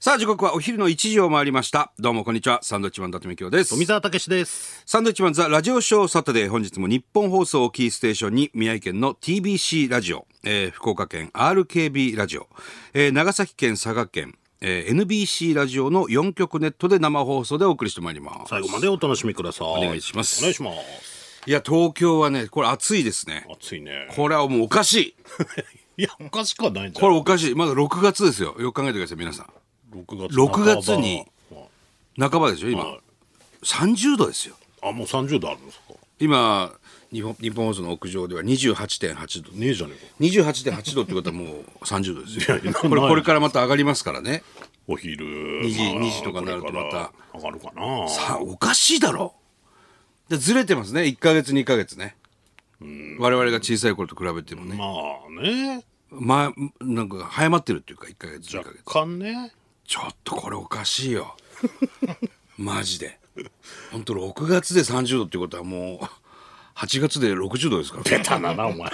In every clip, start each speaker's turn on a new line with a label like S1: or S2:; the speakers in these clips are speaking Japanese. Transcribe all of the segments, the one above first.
S1: さあ、時刻はお昼の1時を回りました。どうもこんにちは。サンドウィッチマン伊達美京です。
S2: 富澤たけしです。
S1: サンドウィッチマンザラジオショーサタデー。本日も日本放送をキーステーションに宮城県の TBC ラジオ、えー福岡県 RKB ラジオ、えー長崎県佐賀県、えー NBC ラジオの4局ネットで生放送でお送りしてまいります。
S2: 最後までお楽しみください。お
S1: 願いします
S2: お願いします。
S1: いや、東京はね、これ暑いですね。
S2: 暑いね。
S1: これはもうおかしい。
S2: いや、おかしくはないんじゃ
S1: こ
S2: ん。
S1: れおかしい。まだ6月ですよ。よく考えてください、皆さん。
S2: 六月
S1: 六月
S2: 半ば
S1: に。半ばでしょ、今。
S2: はい
S1: 30度ですよ。
S2: あ、もう三十度あるんですか。
S1: 今日本日本放送の屋上では28.8度
S2: ねえじゃねえか。
S1: 28.8度ってことはもう30度ですよ
S2: いや
S1: これ
S2: ない
S1: これからまた上がりますからね
S2: お昼。
S1: 時
S2: まあ
S1: 二時とかになるとまた
S2: これから上がるかな。
S1: あおかしいだろでずれてますね1ヶ月2ヶ月ね我々が小さい頃と比べてもね、
S2: まあね、
S1: まなんか早まってるっていうか1ヶ月2ヶ
S2: 若
S1: 月
S2: 干ね。
S1: ちょっとこれおかしいよ マジで本当6月で30度ってことはもう8月で60度ですから
S2: ベタなな、お 前。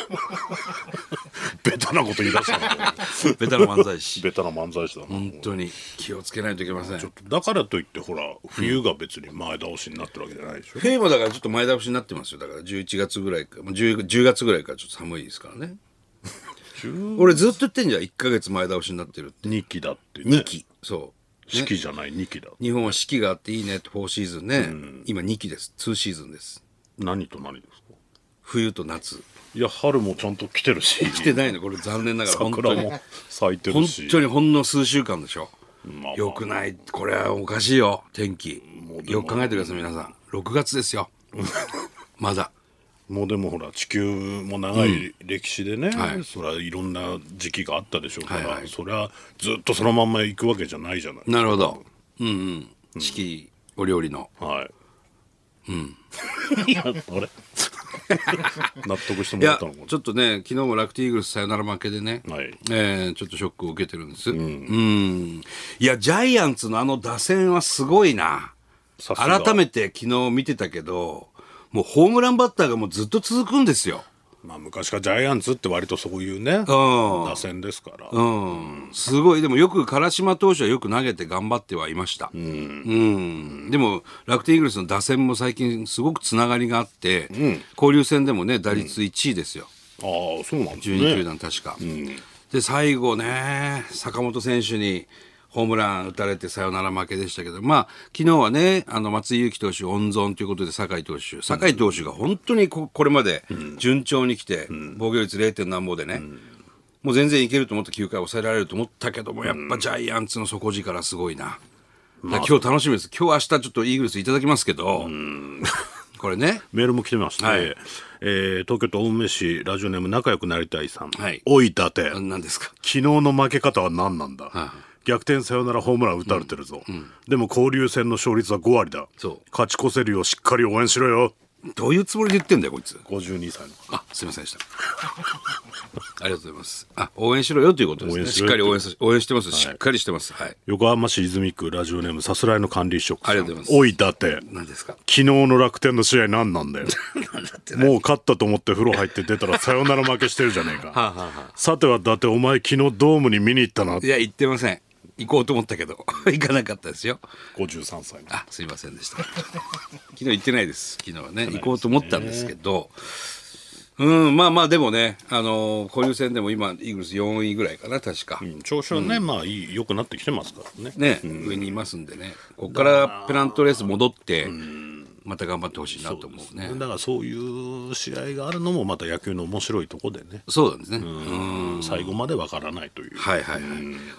S2: ベタなこと言い出したな。
S1: ベタな漫才師
S2: ベタな漫才師だな。
S1: 本当に気をつけないといけませんフ
S2: だからといって、ほら、冬が別に前倒しになってるわけじゃないでしょ。
S1: ェイもだからちょっと前倒しになってますよだから11月ぐらいかもう 10, 10月ぐらいからちょっと寒いですからね俺ずっと言ってんじゃん1か月前倒しになってるって
S2: 二期だって、ね。
S1: 2期そう、
S2: 四
S1: ね、
S2: 季じゃない二期だ。
S1: 日本は四季があっていいねって4シーズンね、今2期です2シーズンです
S2: 何と何ですか。
S1: 冬と夏
S2: いや、春もちゃんと来てるし、
S1: 来てないのこれ残念ながら 本当
S2: 桜
S1: に
S2: も咲いてる
S1: 本
S2: し、
S1: 当にほんの数週間でしょ
S2: まあ
S1: よくないこれはおかしいよ天気
S2: うでも
S1: よく考えてください皆さん6月ですよ まだ
S2: もうでもほら、地球も長い歴史でね、
S1: はい
S2: そりゃいろんな時期があったでしょうから、
S1: はいはい
S2: そりゃずっとそのまんま行くわけじゃないじゃない。
S1: なるほど。うんうん。四季、お料理の。
S2: はい。うん。 いや、あれ 納得しても
S1: い
S2: ら
S1: や、
S2: ったのか
S1: ちょっとね、昨日もラクティイーグルスさよなら負けでね、
S2: な。はい。
S1: えーちょっとショックを受けてるんです。うん。いや、ジャイアンツのあの打線はすごいな。
S2: さすが
S1: 改めて昨日見てたけど、もうホームランバッターがもうずっと続くんですよ。
S2: まあ、昔からジャイアンツって割とそういうね、
S1: うん。
S2: 打線ですから。
S1: うん、すごい、でもよく唐島投手はよく投げて頑張ってはいました。うん、でも、楽天イーグルスの打線も最近すごくつながりがあって、交流戦でもね、打率1位ですよ。
S2: ああ、そうなんです
S1: 12球
S2: ね。
S1: 団確か、で、最後ね、坂本選手にホームラン打たれてサヨナラ負けでしたけど、まあ、昨日はね、あの、松井裕樹投手温存ということで酒井投手、酒井投手が本当にここれまで順調に来て、防御率 0. 点何ぼでね、もう全然いけると思って9回抑えられると思ったけども、やっぱジャイアンツの底力すごいな。だから今日楽しみです。今日明日ちょっとイーグルスいただきますけど、これね、
S2: メールも来てますね。
S1: はい
S2: えー東京都青梅市ラジオネーム仲良くなりたいさん。
S1: はい
S2: おい伊達。昨
S1: 何ですか。
S2: 日の負け方は何なんだ、逆転サヨナラホームラン打たれてるぞ、でも交流戦の勝率は5割だ
S1: そう
S2: 勝ち越せるようしっかり応援しろよ
S1: どういうつもりで言ってんだよ、こいつ。
S2: 52歳の
S1: あ、すみませんでした。 ありがとうございます。あ、応援しろよということです
S2: 応
S1: ね。
S2: 援
S1: し
S2: し
S1: っ
S2: ろよ
S1: かり応援さ応援してます。しっかりしてます。はい。
S2: 横浜市泉区ラジオネームさすらいの管理職さん
S1: ありがとうございます
S2: おい伊達昨
S1: 何ですか。
S2: 日の楽天の試合何な んだよもう勝ったと思って風呂入って出たら サヨナラ負けしてるじゃねえかさては伊達お前昨日ドームに見に行ったない
S1: や、行ってません。行こうと思ったけど、 行かなかったですよ。
S2: 53歳の
S1: あ、すみませんでした。昨日行ってないです。昨日はね、行こうと思ったんですけど。うん、まあまあ、でもね、あのー交流戦でも今、イーグルス4位ぐらいかな、確か。
S2: うん調子はね、まあいい良くなってきてますからね
S1: ね、上にいますんでね。ここからペナントレース戻って、また頑張ってほしいなと思うね。
S2: だからそういう試合があるのもまた野球の面白いとこでね、
S1: そうなんですね。うん
S2: 最後までわからないという、
S1: はいはいはい。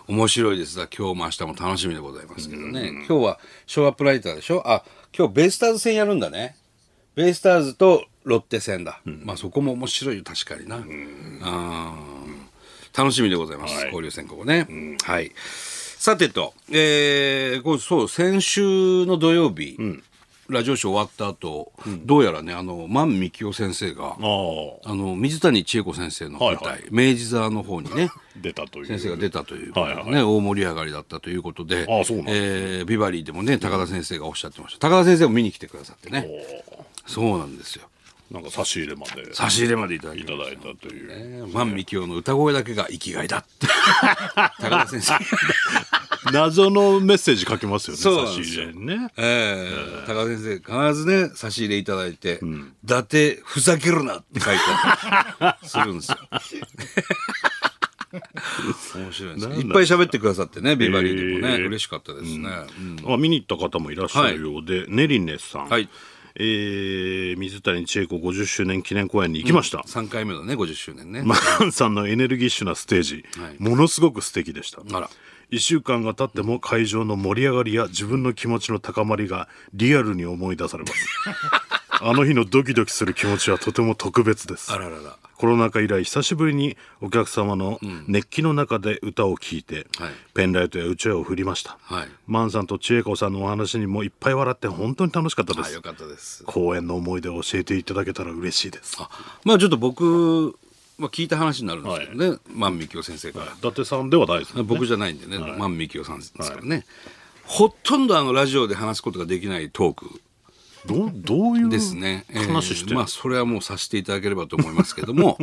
S1: 面白いですが、今日も明日も楽しみでございますけどね。今日はショーアップライターでしょあ、今日ベイスターズ戦やるんだね。ベイスターズとロッテ戦だ。まあそこも面白いよ、確かにな。あー楽しみでございます。
S2: はい
S1: 交流戦ここね。はい。さてと、えー、こうそう、先週の土曜日、ラジオショー終わった後、どうやらね、あの、万美夫先生が、
S2: ああ
S1: あの、水谷千恵子先生の舞台、
S2: はいはい
S1: 明治座の方にね、
S2: 出たという
S1: 先生が出たということでね、
S2: はいは
S1: 大盛り上がりだったということで、
S2: ああそうなんです
S1: えービバリーでもね、高田先生がおっしゃってました。高田先生も見に来てくださってね。
S2: お
S1: そうなんですよ。
S2: ーなんか差し入れまで
S1: 差し入れまでいただき
S2: い
S1: ま
S2: た
S1: し
S2: だいたという、
S1: たね。万美京の歌声だけが生きがいだって。高田先生。
S2: 謎のメッセージ書きますよね、
S1: そうなん
S2: 差
S1: で
S2: し
S1: すよ
S2: 入れにね。
S1: ええ高田先生必ずね差し入れいただいて「伊達ふざけるな」って書いてあったりするん ですよ。面白いですね。いっぱい喋ってくださってね、ビバリーでもね、
S2: ええ
S1: 嬉しかったですね。うん
S2: あ見に行った方もいらっしゃるようで、ネリネさん、
S1: はい
S2: えー水谷千恵子50周年記念公演に行きました、
S1: 3回目のね、50周年ね。
S2: マハンさんのエネルギッシュなステージ、
S1: はい
S2: ものすごく素敵でした
S1: あら
S2: 1週間が経っても会場の盛り上がりや自分の気持ちの高まりがリアルに思い出されます あの日のドキドキする気持ちはとても特別です
S1: あららら。
S2: コロナ禍以来久しぶりにお客様の熱気の中で歌を聴いて、
S1: はい
S2: ペンライトやうちわを振りました、
S1: はい
S2: マンさんと千恵子さんのお話にもいっぱい笑って本当に楽しかったで
S1: あ、
S2: す、
S1: よかったです。
S2: 公演の思い出を教えていただけたら嬉しいです
S1: あまあちょっと僕、まあ、聞いた話になるんですけどね、万美京先生から。
S2: 伊達さんではないですね
S1: 僕じゃないんでね、万美京さんですからね、ほとんどあのラジオで話すことができないトーク
S2: どうどういう
S1: ですね、ええ
S2: 話してる、
S1: まあそれはもうさせていただければと思いますけど も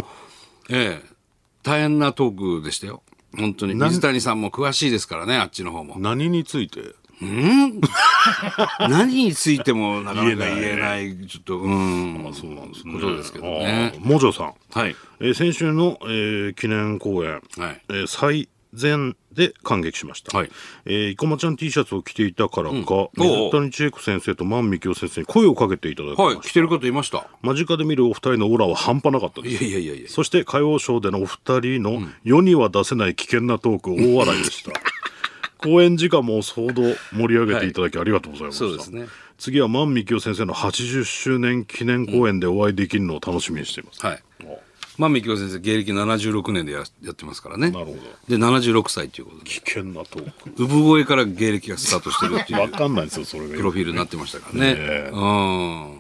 S1: ええ大変なトークでしたよ本当に水谷さんも詳しいですからねあっちの方 も
S2: 何について
S1: 何についてもなかなか
S2: 言えない
S1: 言えないちょっとうん
S2: そうなんですね
S1: ことですけどね
S2: あーもじょさん、
S1: はい
S2: えー先週の、えー記念公演、
S1: はい
S2: えー最前で感激しました、
S1: はい
S2: えー、生駒ちゃん T シャツを着ていたからか、
S1: お
S2: 水谷千恵子先生と万美京先生に声をかけていただきま
S1: は
S2: し
S1: い
S2: た、
S1: 来てる方いました
S2: 間近で見るお二人のオーラは半端なかった
S1: い
S2: で
S1: や
S2: す
S1: いやいやいや
S2: そして歌謡ショーでのお二人の世には出せない危険なトーク大笑いで した、公演時間も相当盛り上げていただきありがとうございました、
S1: はいそうですね
S2: 次は万美京先生の80周年記念公演でお会いできるのを楽しみにしています、
S1: はい万美京先生芸歴76年でややってますからね
S2: なるほど
S1: で76歳ということで
S2: 危険なトーク
S1: 産声から芸歴がスタートしてるってい
S2: わ
S1: う
S2: かんないですよそれが
S1: プロフィールになってましたからねうん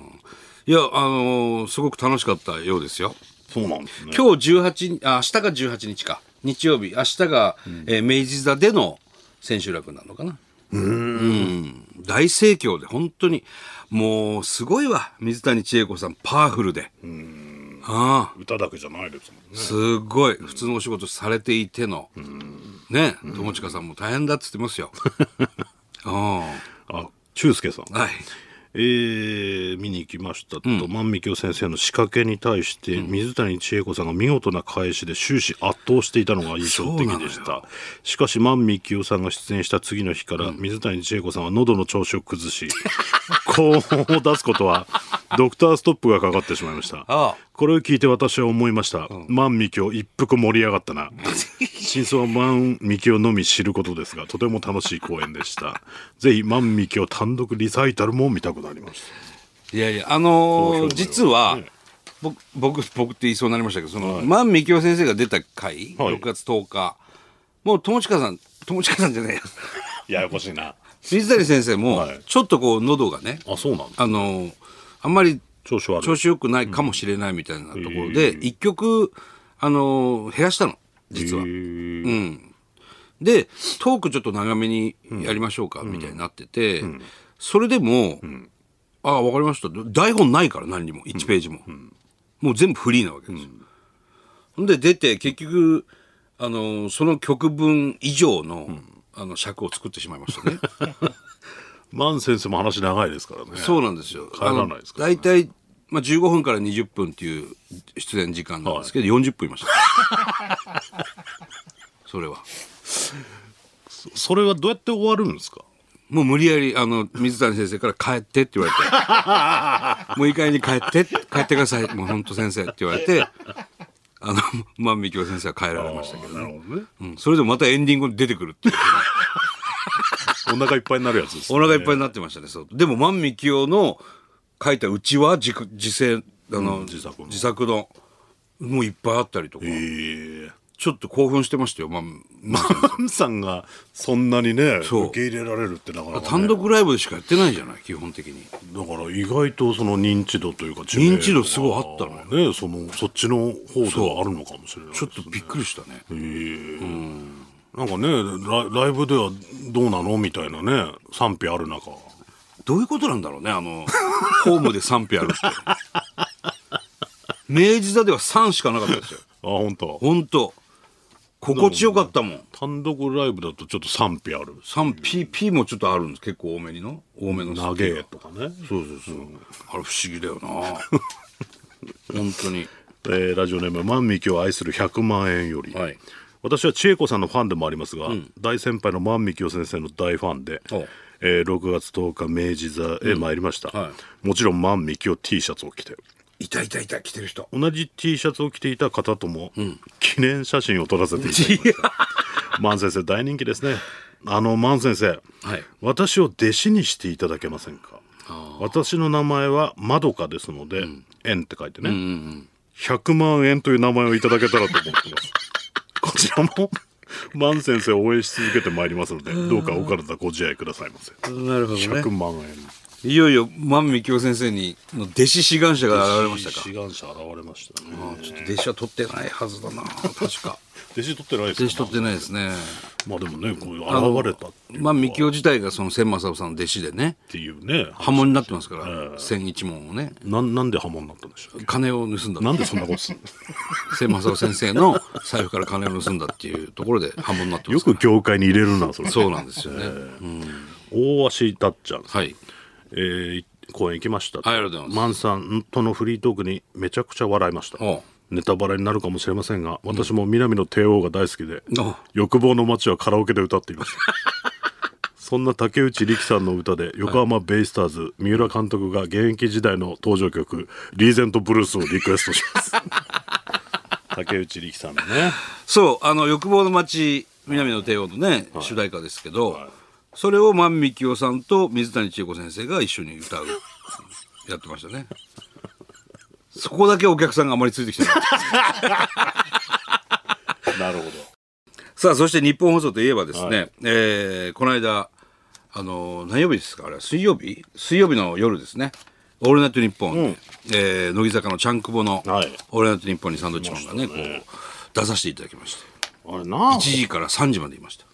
S1: いやあのーすごく楽しかったようですよ
S2: そうなんですね
S1: 今日18あ明日が18日か日曜日明日が、えー明治座での千秋楽なのかなうん大盛況で本当にもうすごいわ水谷千恵子さんパワフルでああ
S2: 歌だけじゃないですもんね
S1: すごい普通のお仕事されていての、ね友近さんも大変だっつってますようんは
S2: あ中介さん
S1: い
S2: えー見に行きましたと、万美京先生の仕掛けに対して、水谷千恵子さんが見事な返しで終始圧倒していたのが印象的でしたしかし万美京さんが出演した次の日から、水谷千恵子さんは喉の調子を崩し 高音を出すことはドクターストップがかかってしまいました
S1: ああ
S2: これを聞いて私は思いました、万美京一服盛り上がった な真相は万美京のみ知ることですがとても楽しい公演でしたぜひ万美京単独リサイタルも見たくなりまし
S1: いやいやあのー
S2: そうそうそう
S1: 実は僕僕僕って言いそうになりましたけどその、万美京先生が出た回、
S2: はい
S1: 6月10日もう友近さん友近さんじゃ ないや
S2: たややこしいな
S1: 水谷先生も
S2: はい
S1: ちょっとこう喉がね
S2: あそうなんだ
S1: あのーあんまり
S2: 調子悪い
S1: 調子良くないかもしれないみたいなところで、一曲あのー減らしたの実は
S2: へ。ー
S1: でトークちょっと長めにやりましょうかみたいになってて、それでも「ああ分かりました」台本ないから何にも1ページも、もう全部フリーなわけですよ。ほんで出て結局あのその曲分以上の,、あの尺を作ってしまいました ね。
S2: 万先生も話長いですからね
S1: そうなんですよ。
S2: 帰らないですから
S1: あの大体、まあ、15分から20分っていう出演時間なんですけど、40分いました。 それは。
S2: そそれはどうやって終わるんですか
S1: もう無理やり、あの、水谷先生から帰ってって言われ て、もういい加減に帰って、帰ってください。もう本当先生って言われて、あの、万美京先生は帰られましたけど、
S2: なるほどね
S1: うんそれでもまたエンディングに出てくるっていう。
S2: お腹いっぱいになるやつです、
S1: お腹いっぱいになってましたね。そうでも万美京の書いたうちは自自制、あの、
S2: 自作の
S1: 自作の、もういっぱいあったりとか。
S2: えー
S1: ちょっと興奮してましたよ、まあまあ、
S2: 万さんがそんなにね
S1: そう
S2: 受け入れられるってなかなか、ね、
S1: 単独ライブでしかやってないじゃない基本的に
S2: だから意外とその認知度というか知名
S1: 認知度すごいあったの
S2: ねそのそっちの方ではあるのかもしれない
S1: ちょっとびっくりしたね
S2: なんかねラライブではどうなのみたいなね賛否ある中
S1: どういうことなんだろうねあのホームで賛否あるって明治座では3しかなかったですよ
S2: あ本当
S1: 本当心地よかったもん。
S2: 単独ライブだとちょっと賛否ある。
S1: 三 PP もちょっとあるんです。結構多めにの。多めの
S2: 投
S1: 好き
S2: げ
S1: が
S2: とかね。
S1: そうそうそう。あれ不思議だよな。本当に。
S2: えーラジオネーム万美キを愛する100万円より、
S1: はい
S2: 私は千恵子さんのファンでもありますが、大先輩の万美キ先生の大ファンで
S1: お、
S2: えー6月10日明治座へ参りました、
S1: は
S2: もちろん万美キを T シャツを着て
S1: いたいたいた、来てる人。
S2: 同じ T シャツを着ていた方とも、記念写真を撮らせていただきました万先生大人気ですねあの万先生、
S1: はい
S2: 私を弟子にしていただけませんか私の名前はまどかですので「円、って書いてね、100万円という名前をいただけたらと思ってます こちらも万先生を応援し続けてまいりますのでどうかお体ご自愛くださいませ
S1: なるほどね
S2: 100。万円
S1: いよいよ、万美京先生に、の弟子志願者が現れましたか。
S2: 志願者現れましたね
S1: ちょっと弟子は取ってないはずだな。確か。
S2: 弟子取ってないです か
S1: 弟子取ってないですね。
S2: まあでもね、こういう現れたっていうのは
S1: 万美京自体がその千正夫さんの弟子でね、
S2: っていうね。
S1: 波紋になってますから、千一門をね、
S2: なんなんで波紋になったんでしょう。
S1: 金を盗ん だと
S2: なんでそんなことするの。
S1: 千正夫先生の 財布から金を盗んだっていうところで波紋になってま
S2: よ
S1: すか
S2: く
S1: ら。
S2: 業界に入れるなそれ。
S1: そうなんですよね。うん
S2: 大足たっちゃん。
S1: はい。
S2: えー公演行きました。
S1: ありがとうございます
S2: マンさんとのフリートークにめちゃくちゃ笑いました
S1: おう。
S2: ネタバレになるかもしれませんが、私も南の帝王が大好きで
S1: おう、
S2: 欲望の街はカラオケで歌ってい ました。そんな竹内力さんの歌で横浜ベイスターズ三浦監督が現役時代の登場曲「リーゼントブルース」をリクエストし ます竹内力さんのね
S1: そう、あの、欲望の街、南の帝王のね、主題歌ですけど、それを万美清さんと水谷千恵子先生が一緒に歌う、やってましたね。そこだけお客さんがあまりついてきてない。
S2: なるほど
S1: さあ、そして日本放送といえばですね、えーこの間、あの、何曜日ですかあれは水曜日水曜日の夜ですね。オールナイトニッポンで、えー乃木坂のちゃんくぼの、
S2: はい
S1: オールナイトニッポンにサンドウィッチマンがね、こう、出させていただきまして、
S2: あれな
S1: 1時から3時までいました。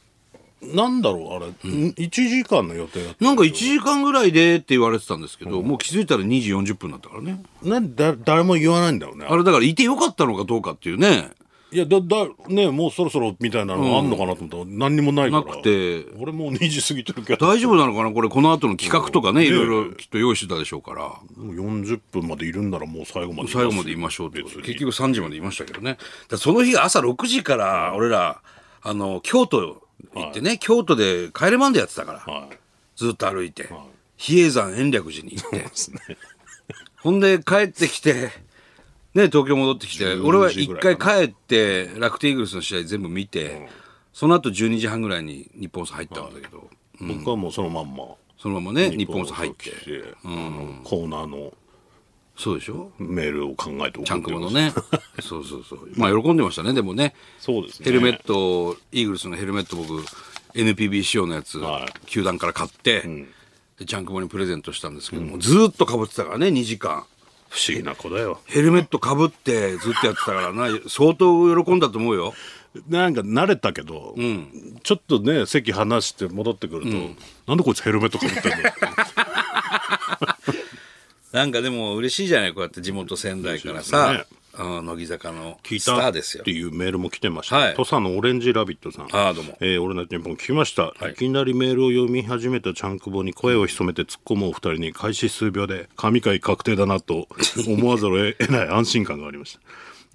S2: なんだろうあれ、1時間の予定だった
S1: なんか1時間ぐらいでって言われてたんですけど、もう気づいたら2時40分だったからね。
S2: なんだ誰も言わないんだろうね
S1: あれだからいてよかったのかどうかっていうね。
S2: いやだだねもうそろそろみたいなのあんのかなと思ったら、何にもないから
S1: なくて
S2: 俺もう2時過ぎてるけど
S1: 大丈夫なのかなこれこの後の企画とかね、
S2: う
S1: い
S2: ん
S1: ろいろきっと用意してたでしょうから。
S2: もう40分までいるんならもう最後まで
S1: 最後まで言いましょうってことで。結局3時まで言いましたけどね。だからその日朝6時から俺ら、あの、京都行ってね、京都で帰れマンデーやってたから、
S2: はい
S1: ずっと歩いて、比叡山延暦寺に行って。ほんで帰ってきて、ね、東京戻ってきて、
S2: 12
S1: 俺は
S2: 時
S1: 一
S2: ぐらい
S1: 回帰って、楽天イーグルスの試合全部見て、その後12時半ぐらいに日本放送入ったんだけど、
S2: 僕はもうそのまんま
S1: そのままね、日本放送入って。
S2: 来てあのコーナーの
S1: そうでしょ
S2: メールを考えて
S1: ちゃんくぼ
S2: の
S1: のね。そうそうそう。まあ喜んでましたね、でもね。
S2: そうですね
S1: ヘルメットを、イーグルスのヘルメット僕、NPB 仕様のやつ、
S2: はい
S1: 球団から買って、でジャンクボにプレゼントしたんですけども、ずーっと被ってたからね、2時間。
S2: 不思議な子だよ
S1: ヘルメット被ってずっとやってたからな、相当喜んだと思うよ。
S2: なんか慣れたけど、ちょっとね席離して戻ってくると、なんでこいつヘルメットかぶってんの
S1: なんかでも嬉しいじゃないこうやって地元仙台からさ、
S2: 嬉しい
S1: あの乃木坂の
S2: 聞い
S1: スタ
S2: た
S1: ー
S2: っ
S1: ですよ
S2: て。いうメールも来てました、
S1: はい
S2: 土佐のオレンジラビットさん
S1: あーどうも
S2: えー、俺の日本聞きました、
S1: はい
S2: い、きなりメールを読み始めたちゃんくぼに声を潜めて突っ込むお二人に開始数秒で神回確定だな と思わざるを得ない安心感がありました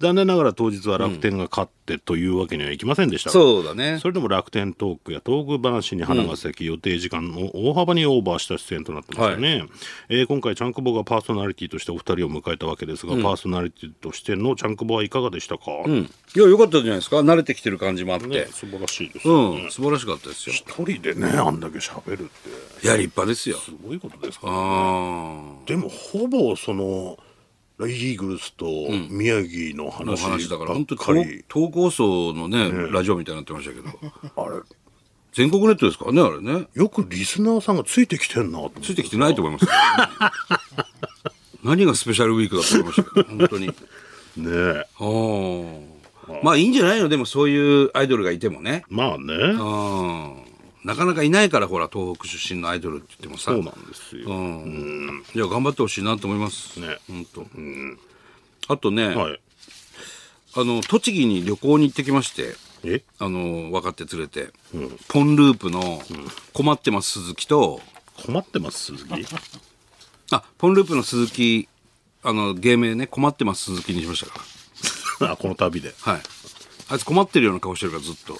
S2: 残念ながら当日は楽天が勝ってというわけにはいきませんでした、
S1: そうだね
S2: そ。れでも楽天トークやトーク話に花が咲き、予定時間を大幅にオーバーした出演となってましたね、えー今回ちゃんくぼがパーソナリティとしてお二人を迎えたわけですが、パーソナリティとしてのちゃんくぼはいかがでしたか、
S1: うんいや、よかったじゃないですか。慣れてきてる感じもあって。
S2: ね素晴らしいですよね
S1: うん、素晴らしかったですよ。
S2: 一人でねあんだけ喋るって
S1: いや、立派ですよ。
S2: すごいことです
S1: あ
S2: か
S1: ー
S2: でもほぼそのイーグルスと宮城の
S1: の
S2: 話ば
S1: 話だから、
S2: っ
S1: 本当に
S2: かり、
S1: 投投稿層のね、ラジオみたいになってましたけど、
S2: あれ
S1: 全国ネットですからね、あれね。
S2: よくリスナーさんがついてきてんなと思って
S1: ついてきてないと思いますよ。 何がスペシャルウィークだと思いましたけど、本当に。
S2: ね
S1: あ
S2: え
S1: あ。まあいいんじゃないのでもそういうアイドルがいてもね。
S2: まあね
S1: うん。なかなかいないから、ほら、東北出身のアイドルって言ってもさ。
S2: そうなんですよ、
S1: うん。いや、頑張ってほしいなと思います。
S2: ね
S1: 本当。あとね、
S2: はい
S1: あの、栃木に旅行に行ってきまして、
S2: え
S1: あの若手連れて、ポンループの困ってます鈴木と、
S2: 困ってます鈴 木
S1: あポンループの鈴木あの芸名ね困ってます鈴木にしましたか
S2: あこの旅で
S1: らはいあいつ困ってるような顔してるからずっと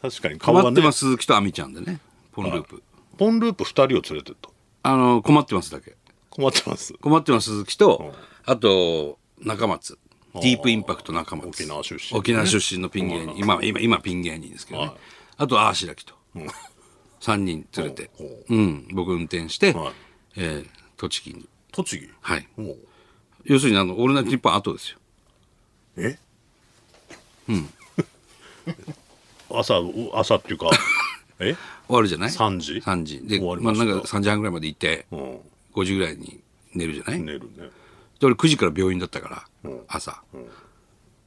S2: 確かに顔
S1: 困
S2: が
S1: って
S2: ね
S1: ます鈴木と亜美ちゃんでねポンループ
S2: ポンループ2人を連れてった
S1: あの困ってますだけ
S2: 困ってます
S1: 困ってます鈴木と、あと中松ディープインパクト中松
S2: 沖縄出身
S1: 沖縄出身のピン芸人今今今ピン芸人ですけどね、
S2: はい
S1: あとあーしらきと3人連れて、うん、僕運転して、
S2: はい
S1: えー栃木に
S2: 栃木
S1: はい
S2: もう
S1: 要するにあの「オールナイトニッポン」後ですよ
S2: えうん 朝お朝っていう かえ
S1: 終わるじゃない
S2: 3時
S1: 3時で
S2: 終わり
S1: ま
S2: ま
S1: あ、
S2: した
S1: なんか3時半ぐらいまで行って
S2: うん
S1: 5時ぐらいに寝るじゃない、
S2: 寝るね
S1: で俺9時から病院だったから、朝、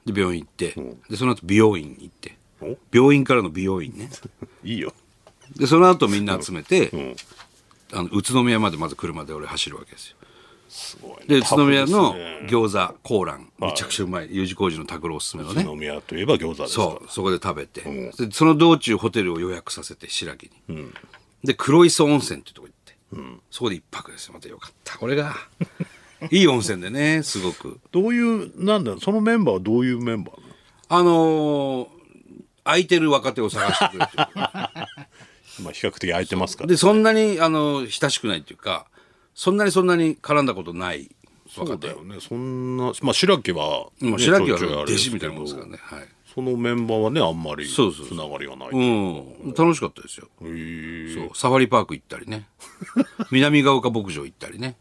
S1: で病院行って、でその後美容院行って
S2: お
S1: 病院からの美容院ね
S2: いいよ
S1: でその後みんな集めて、
S2: ん
S1: あの宇都宮までまず車で俺走るわけですよ
S2: すごいね
S1: で宇都宮の
S2: タフですね
S1: 餃子コーランめちゃくちゃうまい U 字工事の拓郎おすすめの
S2: 宇
S1: ね
S2: 都宮といえば餃子ですから
S1: そうそこで食べて、でその道中ホテルを予約させて白木に、で黒磯温泉ってとこ行って、そこで一泊ですよまたよかったこれが いい温泉でねすごく
S2: どういうなんだそのメンバーはどういうメンバーなの
S1: あのー空いてる若手を探してくれっていう
S2: まあ比較的空いてますから
S1: でそんなにあの親しくないっていうかそんなにそんなに絡んだことない
S2: そ
S1: 若
S2: うだ
S1: 手
S2: よねそんなまあ白木は、
S1: ま
S2: ね
S1: あ白木は
S2: ちょいちょいあ
S1: 弟
S2: れで
S1: 子
S2: す
S1: み
S2: け
S1: たい
S2: ど
S1: なもんですからねはい
S2: そのメンバーはねあんまりつ
S1: そうそうそう
S2: ながりがない
S1: うん楽しかったですよ
S2: へー
S1: そうサファリパーク行ったりね南ヶ丘牧場行ったりね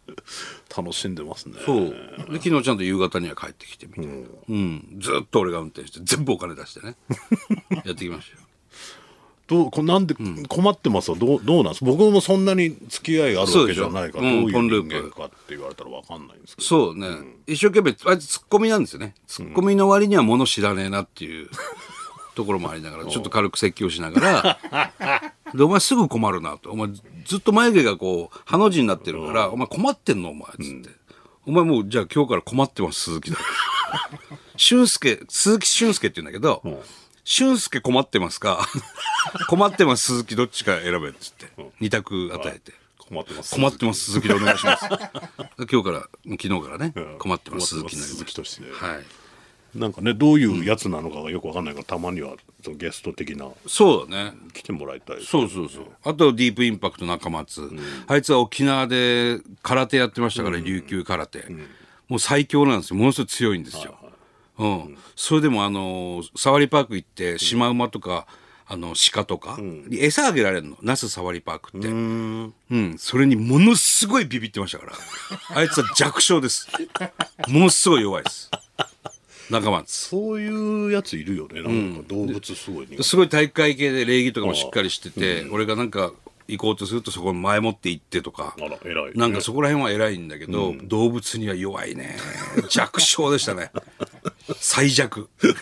S2: 楽しんでますね
S1: そう。で、昨日ちゃんと夕方には帰ってきてみたいな。うん。ずっと俺が運転して、全部お金出してね。やってきましたよ。
S2: どうこなんで困ってますはどうどうなんです僕もそんなに付き合いがあるわけじゃないか
S1: そ
S2: ら
S1: う
S2: ど
S1: で
S2: う
S1: し
S2: い
S1: ょうん
S2: う人間かって言われたらわかんないんですけど
S1: そうね。一生懸命、あいつツッコミなんですよね。ツッコミの割には物知らねえなって いうところもありながら、ちょっと軽く説教しながら、で、お前すぐ困るなと。お前ずっと眉毛がこう、ハの字になってるから、お前困ってんのお前、つって。お前もう、じゃあ今日から困ってます、鈴木だ。 俊介、鈴木俊介って言うんだけど、俊介困ってますか困ってます、鈴木どっちか選べ、つって。二択与えて。
S2: 困ってます
S1: 困ってます鈴木でお願いします 今日からもう昨日からね
S2: うん
S1: 困ってます鈴木になりま
S2: 鈴木
S1: し
S2: として
S1: たはい
S2: なんかねどういうやつなのかがよくわかんないからたまにはそのゲスト的な
S1: そうだね
S2: 来てもらいたいです
S1: そうそうそうあとディープインパクト中松、あいつは沖縄で空手やってましたから、琉球空手、もう最強なんですよものすごい強いんですよ、うん、それでもあのーサワリパーク行ってシマウマとか、あの鹿とか、に餌あげられるの那須サワリパークってうん、それにものすごいビビってましたからあいつは弱小です ものすごい弱いです中松
S2: そういうやついるよねなんか動物すごい苦手
S1: すごい体育会系で礼儀とかもしっかりしてて、俺がなんか行こうとするとそこに前もって行ってとか、
S2: あら偉い
S1: なんかそこら辺は偉いんだけど、動物には弱い ね。弱小でした ね。最弱。
S2: うわ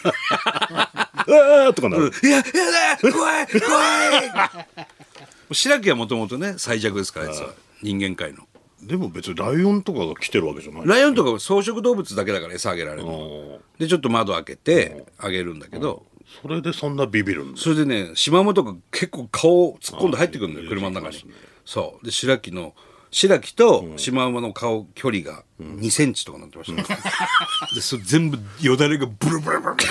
S2: ーとかなる
S1: いや、いやだ怖い怖い 白木はもともとね、最弱ですから、あいつは。人間界の。
S2: でも別にライオンとかが来てるわけじゃない
S1: ライオンとかは草食動物だけだから餌あげられる
S2: あ
S1: の。
S2: ー
S1: で、ちょっと窓開けてあげるんだけど、
S2: それでそんなビビるんです
S1: それでね、シマウマとか結構顔突っ込んで入ってくるんだよ、
S2: あ
S1: 車の中
S2: い
S1: に
S2: いね。
S1: そう。で、白木の、白木とシマウマの顔距離が2センチとかなってましたね。で、それ全部よだれがブルブルブルブ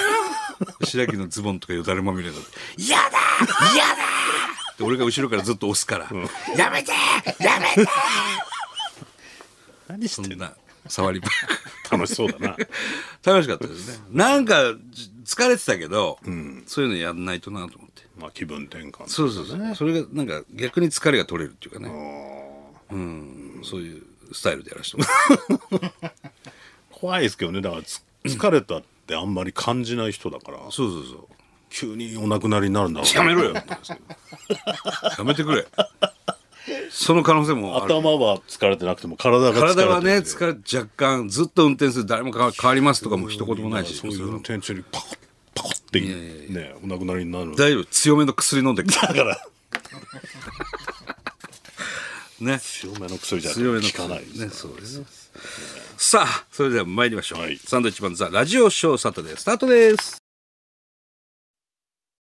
S1: ル。白木のズボンとかよだれまみれになって、やだやだで、俺が後ろからずっと押すから、やめてやめて
S2: 何し
S1: そんな、触りばっか
S2: 楽しそう だな
S1: 楽しかったですね。なんか、疲れてたけど、そういうのやんないとなと思って。
S2: まあ気分転換
S1: そうそうそう、それがなんか逆に疲れが取れるっていうかねうんそういうスタイルでやらせてもらう
S2: 怖いですけどねだからつ疲れたってあんまり感じない人だから
S1: そうそうそう
S2: 急にお亡くなりになるんだろうな
S1: や めろよやめてくれその可能性もある
S2: 頭は疲れてなくても体が疲れてる
S1: 体はね疲れ若干ずっと運転する誰もか変わりますとかも一言もないし
S2: そういう運転中にパコッパコッってねお亡くなりになるだ
S1: 大丈夫強めの薬飲んで
S2: から
S1: ね
S2: 強めの薬じゃ
S1: 強めの
S2: 効かないです
S1: ねそうですさあそれでは参りましょう、
S2: はい
S1: サンドイッチマンザラジオショーサタデースタートです